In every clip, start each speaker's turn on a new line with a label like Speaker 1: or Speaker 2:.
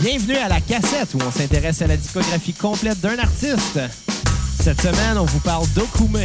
Speaker 1: Bienvenue à la cassette où on s'intéresse à la discographie complète d'un artiste. Cette semaine, on vous parle d'Okume.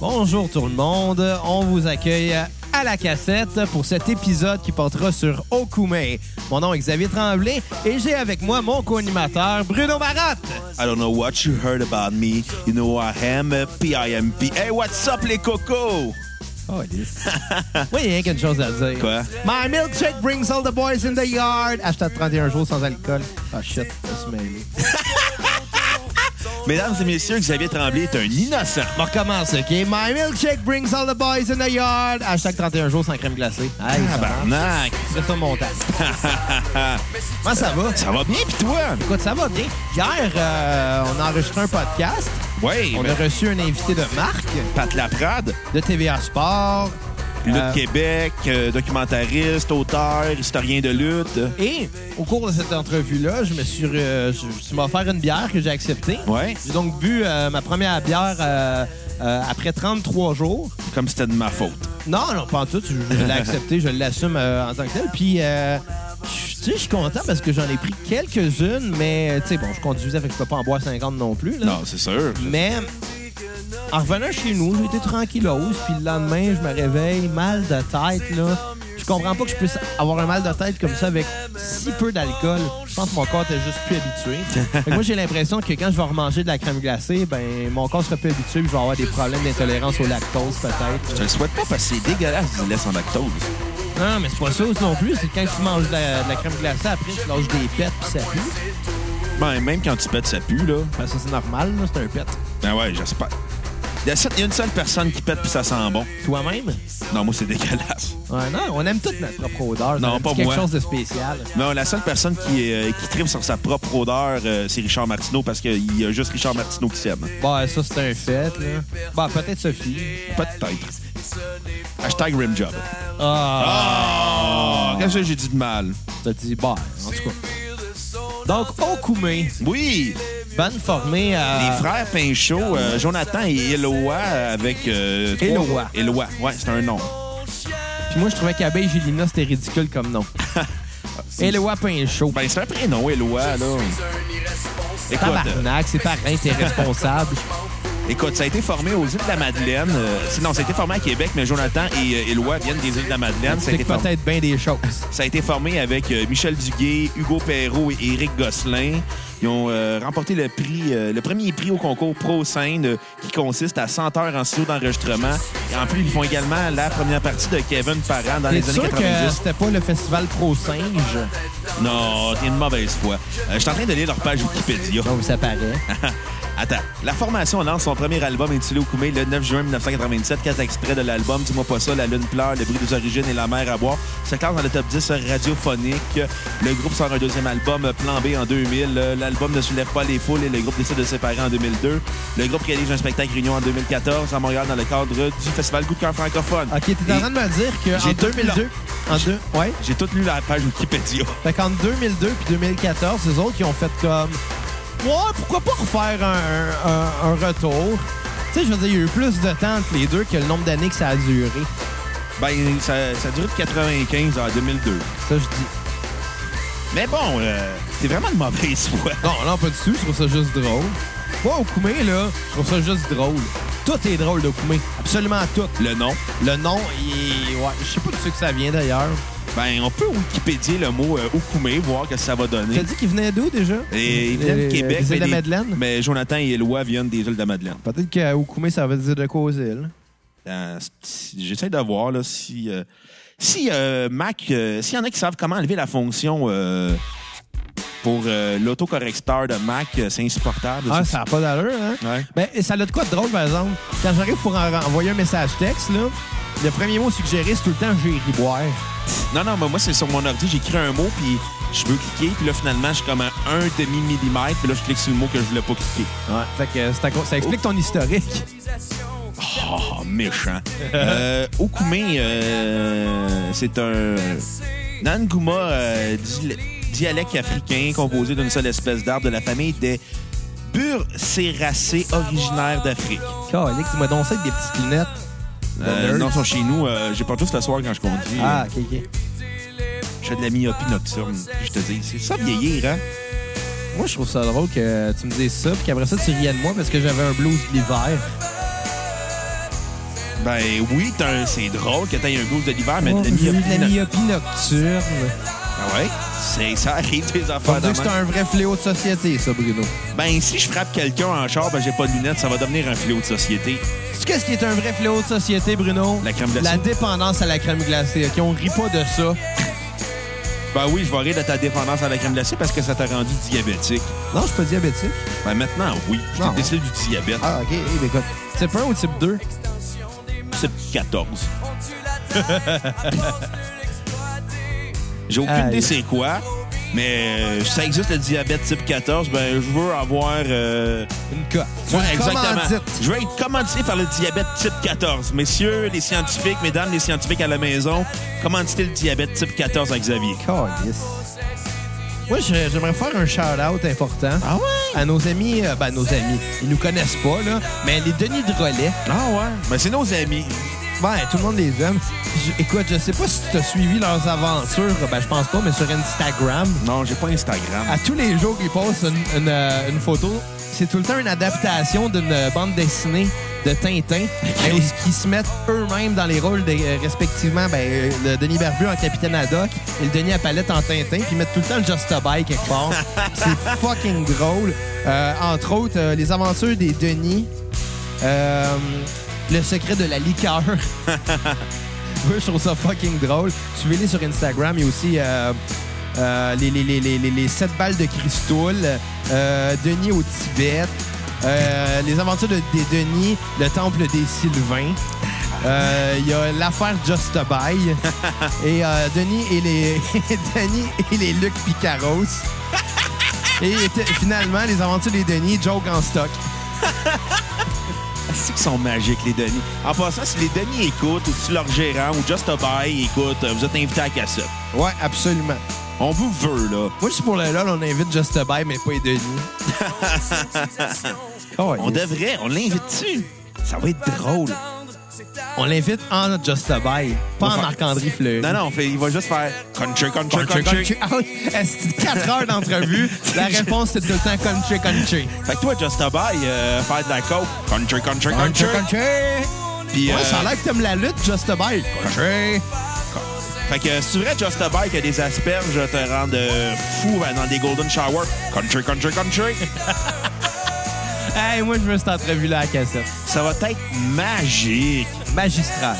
Speaker 1: Bonjour tout le monde, on vous accueille à la cassette pour cet épisode qui portera sur Okume. Mon nom est Xavier Tremblay et j'ai avec moi mon co-animateur Bruno Marotte.
Speaker 2: I don't know what you heard about me. You know who I am, P.I.M.P. Hey, what's up, les cocos?
Speaker 1: Oh, Oui, il y a qu'une chose à dire.
Speaker 2: Quoi?
Speaker 1: My milkshake brings all the boys in the yard. Hashtag 31 jours sans alcool. Ah, shit, je suis mêlé.
Speaker 2: Mesdames et messieurs, Xavier Tremblay est un innocent.
Speaker 1: On recommence, OK? My milkshake brings all the boys in the yard. Hashtag 31 jours sans crème glacée. Hey, ça marche.
Speaker 2: Tabarnak!
Speaker 1: C'est ça mon temps. Comment ça va?
Speaker 2: Ça va bien, pis toi?
Speaker 1: Écoute, ça va bien. Hier, euh, on a enregistré un podcast.
Speaker 2: Oui,
Speaker 1: On
Speaker 2: ben,
Speaker 1: a reçu un invité de marque
Speaker 2: Pat Laprade,
Speaker 1: de TVA Sport.
Speaker 2: lutte
Speaker 1: Euh,
Speaker 2: Québec, euh, documentariste, auteur, historien de lutte.
Speaker 1: Et au cours de cette entrevue-là, je me suis, euh, je, je- tu m'as offert une bière que j'ai acceptée.
Speaker 2: Ouais,
Speaker 1: J'ai donc bu euh, ma première bière euh, euh, après 33 jours.
Speaker 2: comme c'était de ma faute.
Speaker 1: Non, non, pas en tout. Je je l'ai accepté, je l'assume euh, en tant que tel. Puis, euh, je- tu sais, je suis content parce que j'en ai pris quelques-unes, mais euh, tu sais, bon, je conduisais, fait que je peux pas en boire 50 non plus. Là.
Speaker 2: Non, c'est sûr.
Speaker 1: Mais en revenant chez nous, j'étais tranquille tranquillos, puis le lendemain, je me réveille mal de tête, là. Je comprends pas que je puisse avoir un mal de tête comme ça avec si peu d'alcool. Je pense que mon corps était juste plus habitué. Fait que moi, j'ai l'impression que quand je vais remanger de la crème glacée, ben mon corps sera plus habitué, puis je vais avoir des problèmes d'intolérance au lactose, peut-être.
Speaker 2: Je te le souhaite pas parce que c'est dégueulasse du lait sans lactose.
Speaker 1: Non, mais c'est pas ça aussi non plus. C'est que quand tu manges de la, de la crème glacée, après, tu lâches des pets, puis ça pue.
Speaker 2: Ben, même quand tu pètes, ça pue, là.
Speaker 1: Ben, ça, c'est normal, là. C'est un pet.
Speaker 2: Ben ouais, j'espère. Il y a sept- il y a une seule personne qui pète puis ça sent bon.
Speaker 1: Toi-même?
Speaker 2: Non, moi, c'est dégueulasse.
Speaker 1: Ouais, non, on aime toute notre propre odeur. Ça
Speaker 2: Non,
Speaker 1: a un petit
Speaker 2: pas
Speaker 1: quelque
Speaker 2: moi.
Speaker 1: chose de spécial.
Speaker 2: Non, la seule personne qui, euh, qui tripe sur sa propre odeur, euh, c'est Richard Martineau, parce qu'il y a juste Richard Martineau qui s'aime.
Speaker 1: Bah, ça, c'est un fait, là. Bah, peut-être Sophie.
Speaker 2: Peut-être. Hashtag rimjob.
Speaker 1: Ah!
Speaker 2: Ah! Qu'est-ce que j'ai dit de mal?
Speaker 1: T'as dit, bah, en tout cas. Donc, Okume,
Speaker 2: Oui!
Speaker 1: bande formée à.
Speaker 2: Les frères Pinchot, euh, Jonathan et Eloa avec... euh, trois-
Speaker 1: Eloa.
Speaker 2: Eloa, ouais, c'est un nom.
Speaker 1: Puis moi, je trouvais qu'Abeille Gélina, c'était ridicule comme nom. Eloi Pinchot.
Speaker 2: Ben, c'est un prénom, Eloa, là. Écoute, euh,
Speaker 1: Tabarnak, c'est parrain, c'est responsable.
Speaker 2: écoute, ça a été formé aux îles de la Madeleine. euh, sinon, ça a été formé à Québec, mais Jonathan et euh, Eloa viennent des îles de la Madeleine. Ça a été
Speaker 1: C'est
Speaker 2: formé-
Speaker 1: peut-être bien des choses.
Speaker 2: Ça a été formé avec euh, Michel Duguay, Hugo Perrault et Éric Gosselin. Ils ont euh, remporté le prix, euh, le premier prix au concours Pro Scène euh, qui consiste à 100 heures en studio d'enregistrement. Et en plus, ils font également la première partie de Kevin Parent dans
Speaker 1: T'es
Speaker 2: les années
Speaker 1: sûr que
Speaker 2: 90.
Speaker 1: c'était pas le festival pro-singe?
Speaker 2: Non, t'es une mauvaise foi. Euh, je suis en train de lire leur page Wikipédia.
Speaker 1: Non, ça paraît.
Speaker 2: Attends. La formation lance son premier album intitulé Okoumé le 9 juin 1997. Quatre extraits de l'album Dis-moi pas ça, La lune pleure, Le bruit des origines et La mer à boire se classe dans le top 10 radiophonique. Le groupe sort un deuxième album, Plan B, en 2000. Euh, L'album ne soulève pas les foules et le groupe décide de se séparer en 2002. Le groupe réalise un spectacle réunion en 2014 à Montréal dans le cadre du Festival Coup de cœur francophone.
Speaker 1: Ok, t'es en
Speaker 2: Et
Speaker 1: train de me dire que.
Speaker 2: J'ai
Speaker 1: en
Speaker 2: deux
Speaker 1: 2002. En deux. Ouais.
Speaker 2: J'ai tout lu la page Wikipédia.
Speaker 1: Fait qu'entre 2002 puis 2014, les autres, ils ont fait comme... Ouais, pourquoi pas refaire un, un- un retour? Tu sais, je veux dire, il y a eu plus de temps entre les deux que le nombre d'années que ça a duré.
Speaker 2: Ben, ça, ça dure de 95 à 2002.
Speaker 1: Ça, je dis...
Speaker 2: Mais bon, euh, c'est vraiment de mauvaise foi.
Speaker 1: Non, non, pas du tout. Je trouve ça juste drôle. Moi, Okoumé, là, je trouve ça juste drôle. Tout est drôle d'Okoumé. Absolument tout.
Speaker 2: Le nom.
Speaker 1: Le nom, il... Ouais, je sais pas du tout que ça vient, d'ailleurs.
Speaker 2: Ben, on peut Wikipédier le mot euh, Okoumé, voir ce que ça va
Speaker 1: T'as
Speaker 2: donner.
Speaker 1: dit qu'il venait d'où, déjà?
Speaker 2: Et ils viennent
Speaker 1: Euh,
Speaker 2: de
Speaker 1: des
Speaker 2: Québec.
Speaker 1: îles
Speaker 2: mais
Speaker 1: de
Speaker 2: les-
Speaker 1: Madeleine?
Speaker 2: Mais Jonathan et Éloi viennent des îles de la Madeleine.
Speaker 1: Peut-être qu'Okoumé, ça veut dire de quoi aux îles.
Speaker 2: Euh, si- J'essaie de voir là, si. euh, si euh, Mac. euh, S'il y en a qui savent comment enlever la fonction euh, pour euh, l'autocorrecteur de Mac, euh, c'est insupportable.
Speaker 1: Ah, ça n'a pas d'allure, hein?
Speaker 2: Ouais.
Speaker 1: Ben, ça a de quoi de drôle, par exemple? Quand j'arrive pour en- envoyer un message texte, là, le premier mot suggéré, c'est tout le temps « j'ai ri boire
Speaker 2: Non, non, mais moi, c'est sur mon ordi, j'écris un mot, puis je veux cliquer, puis là, finalement, je suis comme à un demi-millimètre, puis là, je clique sur le mot que je voulais pas cliquer. ».
Speaker 1: Ouais. Oh. Fait que euh, c'est à cause- ça explique ton historique.
Speaker 2: Ah, Oh, méchant. Euh, Okoumé, euh, c'est un Nanguma, euh, di- dialecte africain composé d'une seule espèce d'arbre de la famille des Burseracées originaires d'Afrique.
Speaker 1: Calique, tu m'as dansé avec des petites lunettes. de
Speaker 2: Euh,
Speaker 1: nerd.
Speaker 2: non, ils sont chez nous. euh, J'ai pas tous le soir quand je conduis. Euh,
Speaker 1: Ah, ok, ok.
Speaker 2: Je fais de la myopie nocturne, je te dis. C'est ça vieillir, hein?
Speaker 1: Moi, je trouve ça drôle que tu me dises ça, puis qu'après ça, tu riais de moi parce que j'avais un blues de l'hiver.
Speaker 2: Ben oui, t'as un- c'est drôle que t'aies un goût de l'hiver, mais
Speaker 1: Oh,
Speaker 2: de la
Speaker 1: j'ai eu
Speaker 2: myopie.
Speaker 1: de la
Speaker 2: no-
Speaker 1: myopie nocturne.
Speaker 2: Ah ouais? C'est, ça arrive des
Speaker 1: Faut
Speaker 2: affaires de
Speaker 1: dire que c'est
Speaker 2: même.
Speaker 1: un vrai fléau de société, ça, Bruno.
Speaker 2: Ben si je frappe quelqu'un en char, ben j'ai pas de lunettes, ça va devenir un fléau de société.
Speaker 1: Tu sais Qu'est-ce qui est un vrai fléau de société, Bruno?
Speaker 2: La crème glacée.
Speaker 1: La dépendance à la crème glacée. OK, on rit pas de ça.
Speaker 2: Ben oui, je vais rire de ta dépendance à la crème glacée parce que ça t'a rendu diabétique.
Speaker 1: Non, je suis pas diabétique.
Speaker 2: Ben maintenant, oui. Je
Speaker 1: Non.
Speaker 2: t'ai décidé du diabète.
Speaker 1: Ah, OK. Eh, ben, écoute, type 1 ou type 2?
Speaker 2: Type 14. J'ai aucune
Speaker 1: Aïe.
Speaker 2: idée c'est quoi, mais euh, ça existe le diabète type 14. Ben, je veux avoir... euh,
Speaker 1: Une cote.
Speaker 2: Ouais,
Speaker 1: Une
Speaker 2: exactement.
Speaker 1: commandite.
Speaker 2: Je vais être commandité par le diabète type 14. Messieurs, les scientifiques, mesdames, les scientifiques à la maison, commandité le diabète type 14 à Xavier.
Speaker 1: Calice. Moi, je- j'aimerais faire un shout-out important
Speaker 2: Ah ouais?
Speaker 1: à nos amis, euh, ben, nos amis, ils nous connaissent pas, là, mais les Denis de Relais,
Speaker 2: Ah ouais? Ben, c'est nos amis.
Speaker 1: ben, tout le monde les aime. Je- écoute, je sais pas si tu as suivi leurs aventures, ben, je pense pas, mais sur Instagram,
Speaker 2: Non, j'ai pas Instagram.
Speaker 1: à tous les jours qu'ils postent une, une, euh, une photo, c'est tout le temps une adaptation d'une euh, bande dessinée de Tintin, et où ils se mettent eux-mêmes dans les rôles, de- euh, respectivement, ben, euh, le Denis Barbu en Capitaine Haddock et le Denis à palette en Tintin, puis ils mettent tout le temps le Just a Bike quelque part. c'est fucking drôle. Euh, entre autres, euh, les aventures des Denis, euh, le secret de la liqueur. Moi, je trouve ça fucking drôle. Suivez-les sur Instagram. Il y a aussi euh, euh, les, les, les, les, les, 7 balles de Cristoul, euh, Denis au Tibet, euh, les aventures de- des Denis, le temple des Sylvains. Euh, Il y a l'affaire Just a Buy. et euh, Denis et les Denis et les Luc Picaros. Et t- finalement, les aventures des Denis, joke en stock.
Speaker 2: C'est qu'ils sont magiques, les Denis. En passant, si les Denis écoutent, ou si leur gérant, ou Just a Buy écoute, euh, vous êtes invités à la cassette.
Speaker 1: Ouais, absolument.
Speaker 2: On vous veut, là.
Speaker 1: Moi, je suis pour le LOL, on invite Just a Buy, mais pas les Denis. Oh,
Speaker 2: On
Speaker 1: yes.
Speaker 2: devrait, on l'invite-tu? Ça va être drôle.
Speaker 1: On l'invite en Just a Buy, pas en
Speaker 2: Enfin-
Speaker 1: Marc-André Fleury.
Speaker 2: Non, non, on fait- il va juste faire country, country, country.
Speaker 1: Country, country. Ah, c'est 4 heures d'entrevue. La réponse, c'est tout le temps country, country.
Speaker 2: Fait que toi, Just a Buy, euh, faire de la coke, country, country, country.
Speaker 1: Country, country.
Speaker 2: Puis,
Speaker 1: Ouais,
Speaker 2: euh,
Speaker 1: ça a l'air que t'aimes la lutte, Just a Buy. Country.
Speaker 2: Fait que c'est vrai, Just a Bike a des asperges te rendent euh, fou euh, dans des golden showers. Country, country, country.
Speaker 1: Hey, moi, je veux cette entrevue-là à la cassette.
Speaker 2: Ça va être magique.
Speaker 1: Magistral.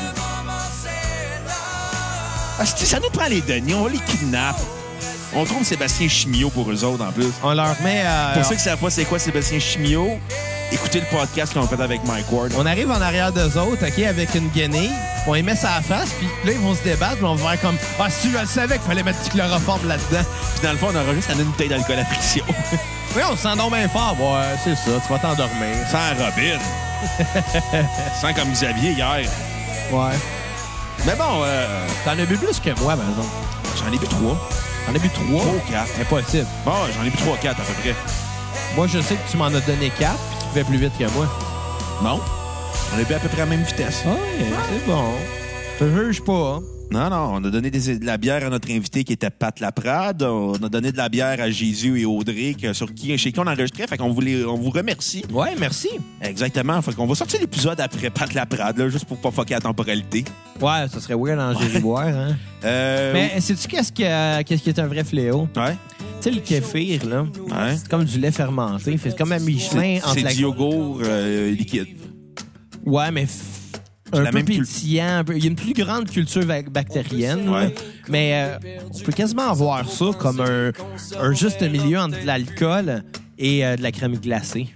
Speaker 2: Ah, c'est- ça nous prend les deniers, on les kidnappe. On trouve Sébastien Chimio pour eux autres en plus.
Speaker 1: On leur met... euh,
Speaker 2: Pour ceux qui savent pas c'est quoi Sébastien Chimio, écoutez le podcast qu'on fait avec Mike Ward.
Speaker 1: on arrive en arrière d'eux autres, OK, avec une guenille. On les met ça à la face, puis là, ils vont se débattre, puis on va faire comme... Ah, si je le savais qu'il fallait mettre du chloroforme là-dedans.
Speaker 2: Puis dans le fond, on aura juste à une bouteille d'alcool à friction.
Speaker 1: Oui, on se sent donc bien fort. Ouais, c'est ça, tu vas t'endormir.
Speaker 2: Sans Robin. Sans comme Xavier hier.
Speaker 1: Ouais.
Speaker 2: Mais bon, euh,
Speaker 1: T'en as bu plus que moi, par exemple.
Speaker 2: j'en ai bu trois.
Speaker 1: T'en as bu trois?
Speaker 2: Trois ou quatre.
Speaker 1: Impossible.
Speaker 2: Bon, j'en ai bu trois, quatre à peu près.
Speaker 1: Moi, je sais que tu m'en as donné quatre, puis tu pouvais plus vite que moi.
Speaker 2: Non. On est bien à peu près à la même vitesse.
Speaker 1: Ouais, c'est bon. Je te juge pas. hein.
Speaker 2: Non, non, on a donné des- de la bière à notre invité qui était Pat Laprade. On a donné de la bière à Jésus et Audrey, que- sur qui, chez qui on enregistrait. Fait qu'on vous, les- on vous remercie.
Speaker 1: Ouais, merci.
Speaker 2: Exactement. Fait qu'on va sortir l'épisode après Pat Laprade, là, juste pour pas fucker la temporalité.
Speaker 1: Ouais, ça serait weird en Gériboire, hein.
Speaker 2: Euh,
Speaker 1: Mais sais-tu qu'est-ce que, euh, qu'est-ce qui est un vrai fléau?
Speaker 2: Ouais.
Speaker 1: Tu sais, le kéfir, là,
Speaker 2: Ouais.
Speaker 1: c'est comme du lait fermenté. C'est comme à mi-chemin
Speaker 2: C'est-
Speaker 1: entre
Speaker 2: C'est
Speaker 1: la...
Speaker 2: du yogourt euh, liquide.
Speaker 1: Ouais, mais... f- Un
Speaker 2: la
Speaker 1: peu
Speaker 2: même cul-
Speaker 1: pétillant. un peu- Il y a une plus grande culture vac- bactérienne.
Speaker 2: Ouais.
Speaker 1: là. Mais euh, on peut quasiment avoir ça comme un, un juste milieu entre de l'alcool et euh, de la crème glacée.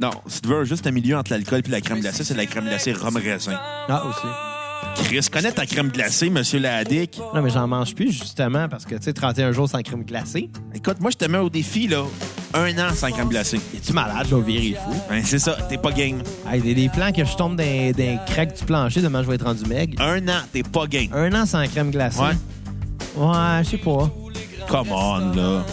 Speaker 2: Non, si tu veux juste un milieu entre l'alcool et la crème glacée, c'est de la crème glacée rhum raisin.
Speaker 1: Ah, aussi.
Speaker 2: Chris, connais ta crème glacée, monsieur Ladic?
Speaker 1: Non, mais j'en mange plus, justement, parce que, tu sais, 31 jours sans crème glacée.
Speaker 2: Écoute, moi, je te mets au défi, là. Un an sans crème glacée.
Speaker 1: Es-tu malade, je vais virer fou?
Speaker 2: Ben, c'est ça, t'es pas game.
Speaker 1: Hey, des, des plans que je tombe d'un crack du plancher, demain, je vais être rendu meg.
Speaker 2: Un an, t'es pas game.
Speaker 1: Un an sans crème glacée.
Speaker 2: Ouais.
Speaker 1: Ouais, je sais pas.
Speaker 2: Come on, là.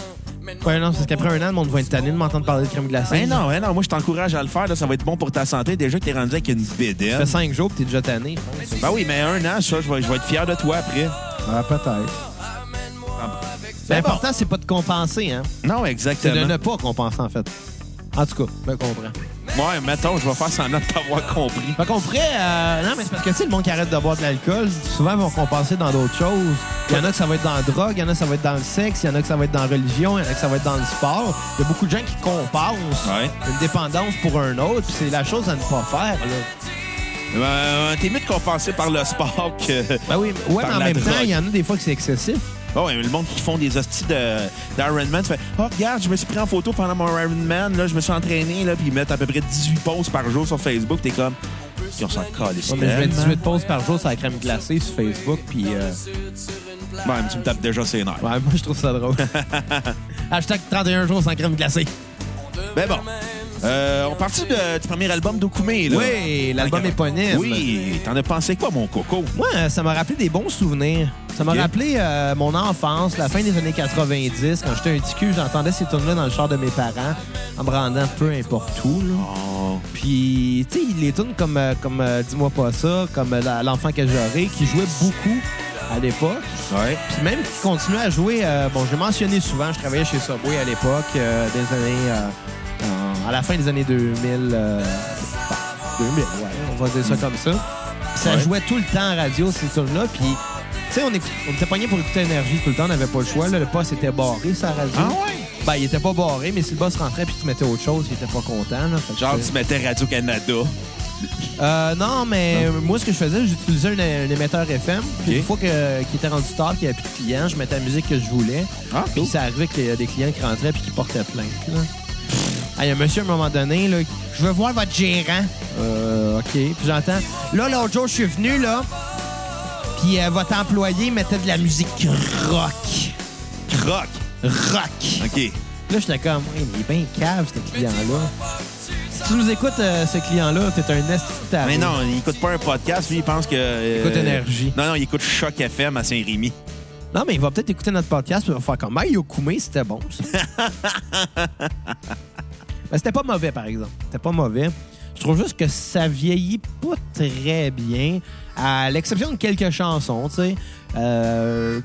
Speaker 1: Ouais, non, parce qu'après un an, le monde va être tanné de m'entendre parler de crème glacée.
Speaker 2: Ben non, ben non, moi je t'encourage à le faire, là, ça va être bon pour ta santé. Déjà que t'es rendu avec une
Speaker 1: Ça fait
Speaker 2: bédaine.
Speaker 1: cinq jours que t'es déjà tanné.
Speaker 2: Ben oui, mais un an, ça, je vais, je vais être fier de toi après.
Speaker 3: Ah, peut-être.
Speaker 2: Ben Ah bon.
Speaker 1: L'important, c'est pas de compenser, hein.
Speaker 2: Non,
Speaker 1: C'est de
Speaker 2: exactement.
Speaker 1: ne pas compenser, en fait. En tout cas, je me comprends.
Speaker 2: Ouais, mettons, je vais faire semblant de t'avoir compris.
Speaker 1: Fait qu'on ferait... euh, Non, mais c'est parce que, tu sais, le monde qui arrête de boire de l'alcool, souvent, vont compenser dans d'autres choses. Il y en a que ça va être dans la drogue, il y en a que ça va être dans le sexe, il y en a que ça va être dans la religion, il y en a que ça va être dans le sport. Il y a beaucoup de gens qui compensent
Speaker 2: Ouais.
Speaker 1: une dépendance pour un autre, puis c'est la chose à ne pas faire, là.
Speaker 2: Ben, t'es mieux de compenser par le sport que.
Speaker 1: Ben oui, mais- ouais,
Speaker 2: Par
Speaker 1: mais en
Speaker 2: la
Speaker 1: même temps,
Speaker 2: drogue.
Speaker 1: il y en a des fois que c'est excessif.
Speaker 2: Oh, ouais, mais le monde qui font des hosties de, d'Ironman, tu fais Oh, regarde, je me suis pris en photo pendant mon Ironman, là, je me suis entraîné, là, puis ils mettent à peu près 18 posts par jour sur Facebook, t'es comme. Ils ont s'en calisse
Speaker 1: Ouais, mais je mets
Speaker 2: tellement.
Speaker 1: 18 pauses par jour sur la crème glacée sur Facebook, puis... euh,
Speaker 2: Ouais, mais tu me tapes déjà ses nerfs.
Speaker 1: Ouais, moi, je trouve ça drôle. Hashtag 31 jours sans crème glacée.
Speaker 2: Mais Ben bon, euh, on partit de- du premier album d'Okoumé, là.
Speaker 1: Oui, l'album
Speaker 2: Regarde.
Speaker 1: éponyme.
Speaker 2: Oui, t'en as pensé quoi, mon coco?
Speaker 1: Moi, euh, ça m'a rappelé des bons souvenirs. Ça m'a
Speaker 2: Ok.
Speaker 1: rappelé euh, mon enfance, la fin des années 90. Quand j'étais un petit cul, j'entendais ces tunes-là dans le char de mes parents, en me rendant peu importe où. là.
Speaker 2: Oh,
Speaker 1: Ah. Puis, tu sais, les tunes comme, euh, comme euh, Dis-moi pas ça, comme euh, La- L'enfant que j'aurai, qui jouaient beaucoup à l'époque.
Speaker 2: ouais.
Speaker 1: Puis même qui continuait à jouer. euh, bon, je l'ai mentionné souvent, je travaillais chez Subway à l'époque, euh, des années. euh, euh, à la fin des années 2000. euh, bah, 2000, ouais, on va dire ça comme ça. Puis ça
Speaker 2: Ouais.
Speaker 1: jouait tout le temps en radio, ces tunes-là. Puis, tu sais, on, écout- on était pognés pour écouter Énergie tout le temps, on n'avait pas le choix. Là, le poste était barré, sa radio.
Speaker 2: Ah ouais?
Speaker 1: Ben, il était pas barré, mais si le boss rentrait puis tu mettais autre chose, il était pas content. là. Fait que,
Speaker 2: Genre,
Speaker 1: euh,
Speaker 2: tu mettais Radio-Canada.
Speaker 1: euh, non, mais moi, ce que je faisais, j'utilisais un, un émetteur FM. Puis
Speaker 2: Ok.
Speaker 1: une fois que- qu'il était rendu tard, qu'il n'y avait plus de clients, je mettais la musique que je voulais.
Speaker 2: Ah, cool.
Speaker 1: Puis ça arrivait qu'il y a des clients qui rentraient puis qui portaient plainte. là. Ah, Il y a un monsieur, à un moment donné, là, qui- je veux voir votre gérant. Euh, OK. Puis j'entends, là, l'autre jour, je suis venu, là, puis euh, votre employé mettait de la musique rock.
Speaker 2: Croc.
Speaker 1: Rock.
Speaker 2: OK.
Speaker 1: Là, j'étais comme, Ouais, il est bien cave, ce client-là. Si tu nous écoutes, euh, ce client-là, t'es un esti de taré.
Speaker 2: Mais non, il écoute pas un podcast. Lui, il pense que... euh,
Speaker 1: Ah, écoute Énergie.
Speaker 2: Non, non, il écoute Choc FM à Saint-Rémy.
Speaker 1: Non, mais il va peut-être écouter notre podcast puis il va faire comme Hey, Yokume, c'était bon. ça. Ben, c'était pas mauvais, par exemple. C'était pas mauvais. Je trouve juste que ça vieillit pas très bien, à l'exception de quelques chansons, tu sais. Euh,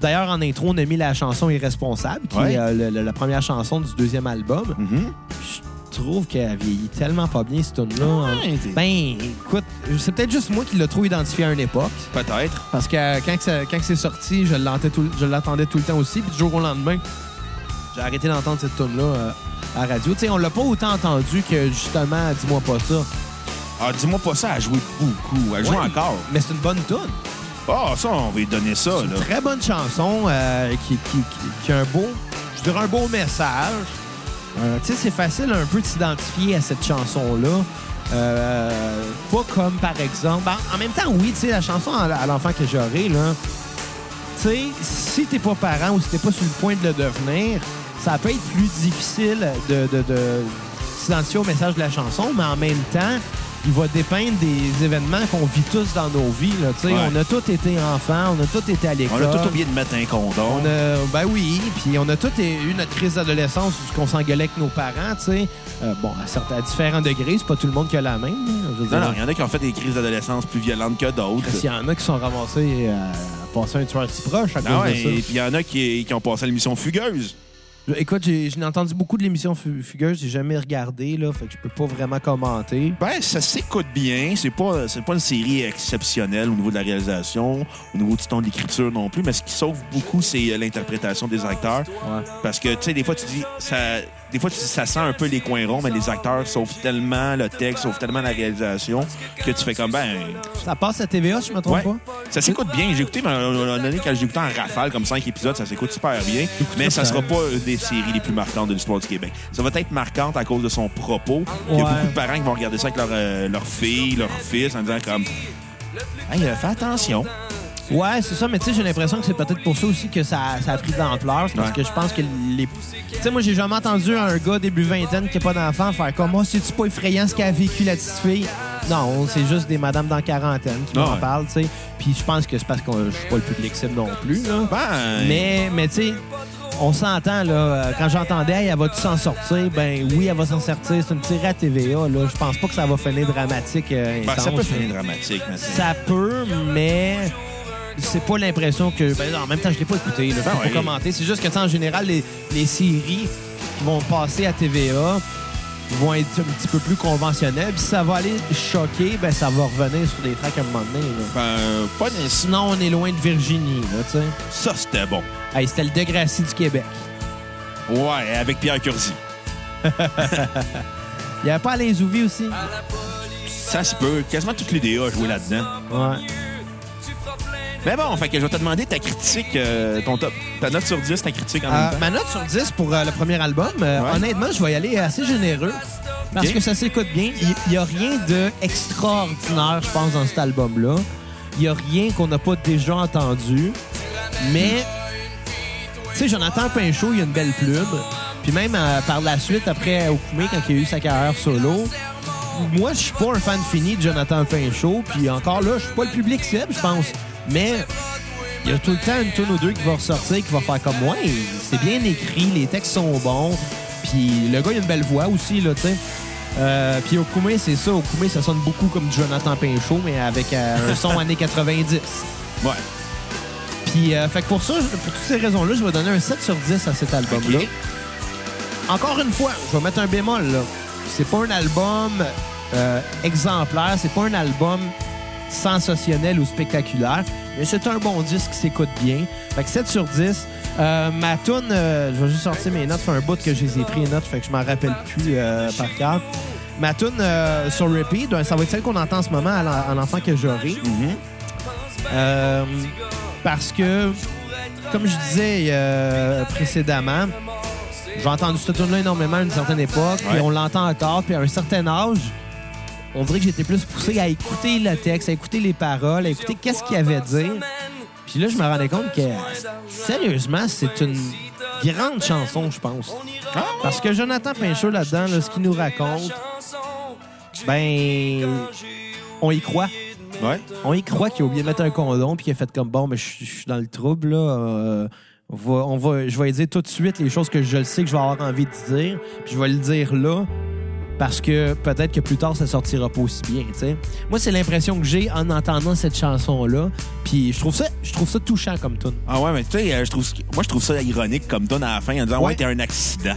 Speaker 1: D'ailleurs, en intro, on a mis la chanson Irresponsable, qui
Speaker 2: Ouais.
Speaker 1: est euh, le- le- la première chanson du deuxième album. Je trouve qu'elle vieillit tellement pas bien, cette tune-là.
Speaker 2: Ouais, t'es-
Speaker 1: ben, écoute, c'est peut-être juste moi qui l'ai trop identifié à une époque.
Speaker 2: Peut-être.
Speaker 1: Parce que euh, quand, que ça- quand que c'est sorti, je l'entendais tout, je l'entendais tout le temps aussi. Puis du jour au lendemain, j'ai arrêté d'entendre cette tune-là euh, à la radio. Tu sais, on l'a pas autant entendu que justement, dis-moi pas ça.
Speaker 2: Ah, dis-moi pas ça, elle joue beaucoup. Elle joue
Speaker 1: Ouais,
Speaker 2: encore.
Speaker 1: Mais c'est une bonne tune.
Speaker 2: Ah, ça, on va lui donner ça,
Speaker 1: C'est une
Speaker 2: Ah, là.
Speaker 1: très bonne chanson euh, qui, qui- qui- qui a un beau, je dirais un beau message. Euh, tu sais, c'est facile un peu de s'identifier à cette chanson-là. Euh, pas comme, par exemple... ben, en même temps, oui, tu sais, la chanson à, à l'enfant que j'aurai, là... Tu sais, si t'es pas parent ou si t'es pas sur le point de le devenir, ça peut être plus difficile de, de- de s'identifier au message de la chanson, mais en même temps, il va dépeindre des événements qu'on vit tous dans nos vies. Là, tu sais.
Speaker 2: Ouais.
Speaker 1: On a tous été enfants, on a tous été à
Speaker 2: On
Speaker 1: l'école.
Speaker 2: a tout oublié de mettre un condom.
Speaker 1: On a- ben oui, puis on a tous eu notre crise d'adolescence où on s'engueulait avec nos parents, tu sais. Euh, bon, à, certains, à différents degrés, c'est pas tout le monde qui a la même. hein, je veux dire.
Speaker 2: Non, non, il y en a qui ont fait des crises d'adolescence plus violentes que d'autres.
Speaker 1: Parce qu'il y en a qui sont ramassés euh, à passer un tueur si proche à cause
Speaker 2: Ah ouais,
Speaker 1: de
Speaker 2: et
Speaker 1: ça.
Speaker 2: puis il y en a qui, qui ont passé à l'émission Fugueuse.
Speaker 1: Je- Écoute, j'ai j'ai entendu beaucoup de l'émission Fu- Fugueuse, j'ai jamais regardé, là, fait que je peux pas vraiment commenter.
Speaker 2: Ben, ça s'écoute bien. C'est pas, c'est pas une série exceptionnelle au niveau de la réalisation, au niveau du ton de l'écriture non plus, mais ce qui sauve beaucoup, c'est euh, l'interprétation des acteurs. Parce que, tu sais, des fois, tu dis, ça, des fois, tu dis, ça sent un peu les coins ronds, mais les acteurs sauvent tellement le texte, sauvent tellement la réalisation que tu fais comme, ben,
Speaker 1: Ça passe à TVA, si je me trompe
Speaker 2: ouais.
Speaker 1: pas?
Speaker 2: Ça s'écoute bien. J'ai écouté, mais à un moment donné, quand j'ai écouté en rafale, comme cinq épisodes, ça s'écoute super bien. Mais ça
Speaker 1: ça.
Speaker 2: sera pas une des séries les plus marquantes de l'histoire du Québec. Ça va être marquante à cause de son propos. Il y a
Speaker 1: Ouais.
Speaker 2: beaucoup de parents qui vont regarder ça avec leur, euh, leur fille, leur fils, en disant comme... Hey, euh, fais attention.
Speaker 1: Ouais, c'est ça, mais tu sais, j'ai l'impression que c'est peut-être pour ça aussi que ça, ça a pris de l'ampleur. c'est Parce
Speaker 2: Ouais.
Speaker 1: que je pense que les. Tu sais, moi, j'ai Ah, jamais entendu un gars début vingtaine qui n'a pas d'enfant faire comme moi, c'est-tu pas effrayant ce qu'a vécu la petite fille? Non, c'est juste des madames dans quarantaine qui m'en
Speaker 2: Ah Ouais.
Speaker 1: parlent, tu sais. Puis je pense que c'est parce que je suis pas le public cible non plus, là.
Speaker 2: Ben,
Speaker 1: Mais, mais tu sais, on s'entend, là. euh, Quand j'entendais, Hey, elle va-tu s'en sortir? Ben oui, elle va s'en sortir. C'est une tirée à TVA, là. Je pense pas que ça va finir dramatique. euh,
Speaker 2: ben, ça
Speaker 1: intense,
Speaker 2: peut
Speaker 1: là.
Speaker 2: finir dramatique, mais c'est-
Speaker 1: Ça peut, mais c'est pas l'impression que. Ben, en même temps, je l'ai pas écouté. Là, je peux
Speaker 2: Ben
Speaker 1: pas
Speaker 2: oui.
Speaker 1: commenter. C'est juste que, tu sais, en général, les, les séries qui vont passer à TVA vont être un petit peu plus conventionnelles. Puis si ça va aller choquer, ben ça va revenir sur des tracks à un moment donné. là.
Speaker 2: Ben, pas nécessaire.
Speaker 1: Sinon, on est loin de Virginie, là, tu sais.
Speaker 2: Ça, c'était bon.
Speaker 1: Hey, c'était le Degrassi du Québec.
Speaker 2: Ouais, avec Pierre Curzi.
Speaker 1: Il y avait pas les Zouvis aussi?
Speaker 2: Ça se peut. Quasiment toute l'idée a joué là-dedans.
Speaker 1: Ouais. Ben,
Speaker 2: Mais bon, fait que je vais te demander ta critique, euh, ton top, ta note sur 10, ta critique en
Speaker 1: Euh,
Speaker 2: même temps.
Speaker 1: ma note sur 10 pour euh, le premier album, euh,
Speaker 2: Ouais.
Speaker 1: honnêtement, je vais y aller assez généreux. Parce
Speaker 2: Ok.
Speaker 1: que ça s'écoute bien. Il n'y a rien d'extraordinaire, je pense, dans cet album-là. Il n'y a rien qu'on n'a pas déjà entendu. Mais, tu sais, Jonathan Pinchot, il a une belle plume. Puis même euh, par la suite, après Okoumé, quand il a eu sa carrière solo, moi, je suis pas un fan fini de Jonathan Pinchot. Puis encore là, je suis pas le public cible, je pense. Mais il y a tout le temps une tune ou deux qui va ressortir, qui va faire comme moi. C'est bien écrit, les textes sont bons. Puis le gars, il a une belle voix aussi, là, tu sais. Euh, puis Okoumé, c'est ça. Okoumé, ça sonne beaucoup comme du Jonathan Pinchot, mais avec euh, un son années 90.
Speaker 2: Ouais.
Speaker 1: Puis, euh, fait que pour ça, je- pour toutes ces raisons-là, je vais donner un 7 sur 10 à cet album-là.
Speaker 2: Ok.
Speaker 1: Encore une fois, je vais mettre un bémol, là. C'est pas un album euh, exemplaire, c'est pas un album sensationnel ou spectaculaire, mais c'est un bon disque qui s'écoute bien. Fait que 7 sur 10. Euh, ma toune, euh, je vais juste sortir mes notes, fait un bout que je les ai pris les notes, fait que je m'en rappelle plus euh, par cœur. Ma toune euh, sur repeat, ben, ça va être celle qu'on entend en ce moment, à l'en- à l'enfant que j'aurai.
Speaker 2: Mhm.
Speaker 1: Euh, parce que, comme je disais euh, précédemment, j'ai entendu ce tune-là énormément à une certaine époque, puis
Speaker 2: Ouais.
Speaker 1: on l'entend encore, puis à un certain âge, on dirait que j'étais plus poussé à écouter le texte, à écouter les paroles, à écouter qu'est-ce qu'il y avait à dire. Puis là, je me rendais compte que, sérieusement, Ah, c'est une grande chanson, je pense. Parce que Jonathan Pinchot, là-dedans, là, ce qu'il nous raconte, ben, on y croit.
Speaker 2: Ouais.
Speaker 1: On y croit qu'il a oublié de mettre un condom puis qu'il a fait comme bon, mais je je suis dans le trouble là. euh, on va, on va, je vais lui dire tout de suite les choses que je le sais que je vais avoir envie de dire, puis je vais le dire là parce que peut-être que plus tard ça sortira pas aussi bien. tu sais. Moi, c'est l'impression que j'ai en entendant cette chanson là, puis je trouve ça, je trouve ça touchant comme tune.
Speaker 2: Ah ouais, mais tu sais, euh, je trouve, moi, je trouve ça ironique comme donne à la fin en disant, ouais,
Speaker 1: Ouais.
Speaker 2: t'es un accident.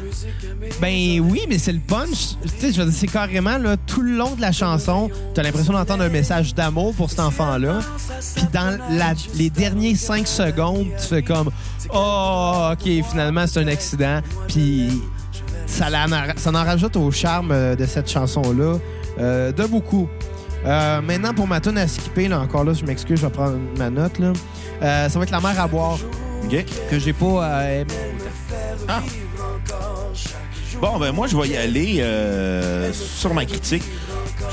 Speaker 1: Ben oui, mais c'est le punch. Tu sais, je veux dire, c'est carrément là, tout le long de la chanson, t'as l'impression d'entendre un message d'amour pour cet enfant-là. Puis dans la- les derniers cinq secondes, tu fais comme Oh, ok, finalement c'est un accident. Puis ça, la- ça en rajoute au charme euh, de cette chanson-là euh, de beaucoup. Euh, maintenant, pour ma tune à skipper, là, encore là, je m'excuse, je vais prendre ma note. Là. Euh, ça va être La mer à boire,
Speaker 2: OK?
Speaker 1: que j'ai pas euh, aimé.
Speaker 2: Ah. Bon, ben moi, je vais y aller euh, sur ma critique.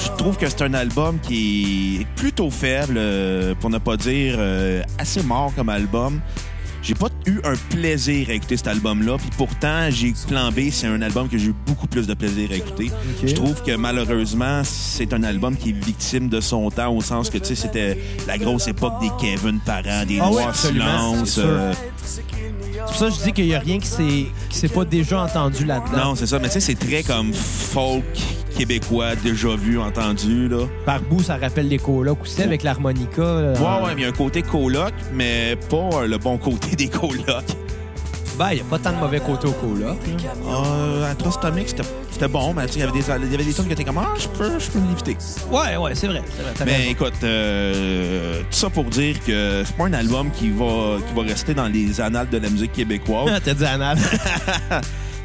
Speaker 2: Je trouve que c'est un album qui est plutôt faible, euh, pour ne pas dire euh, assez mort comme album. J'ai pas eu un plaisir à écouter cet album-là, puis pourtant, j'ai Plan B, c'est un album que j'ai eu beaucoup plus de plaisir à écouter.
Speaker 1: Ok.
Speaker 2: Je trouve que malheureusement, c'est un album qui est victime de son temps, au sens que, tu sais, c'était la grosse époque des Kevin Parent, des
Speaker 1: Ah ouais,
Speaker 2: Noirs euh,
Speaker 1: absolument,
Speaker 2: Silence.
Speaker 1: c'est sûr. C'est pour ça que je dis qu'il n'y a rien qui s'est qui s'est pas déjà entendu là-dedans.
Speaker 2: Non, c'est ça, mais tu sais, c'est très comme folk québécois, déjà vu, entendu, là.
Speaker 1: Par bout, ça rappelle les colocs aussi avec l'harmonica. là.
Speaker 2: Ouais, ouais, mais il y a un côté coloc, mais pas euh, le bon côté des colocs.
Speaker 1: Ben, il n'y a pas tant de mauvais côté aux colocs. là.
Speaker 2: Euh, Atrostomic, c'était- c'était bon, mais tu sais, il y avait des, il y avait des tunes que t'es comme, ah, je peux, je peux me l'éviter.
Speaker 1: Ouais, ouais, c'est vrai. c'est vrai, t'as
Speaker 2: Mais
Speaker 1: raison.
Speaker 2: Ben, écoute, euh, tout ça pour dire que c'est pas un album qui va, qui va rester dans les annales de la musique québécoise.
Speaker 1: T'as dit anal.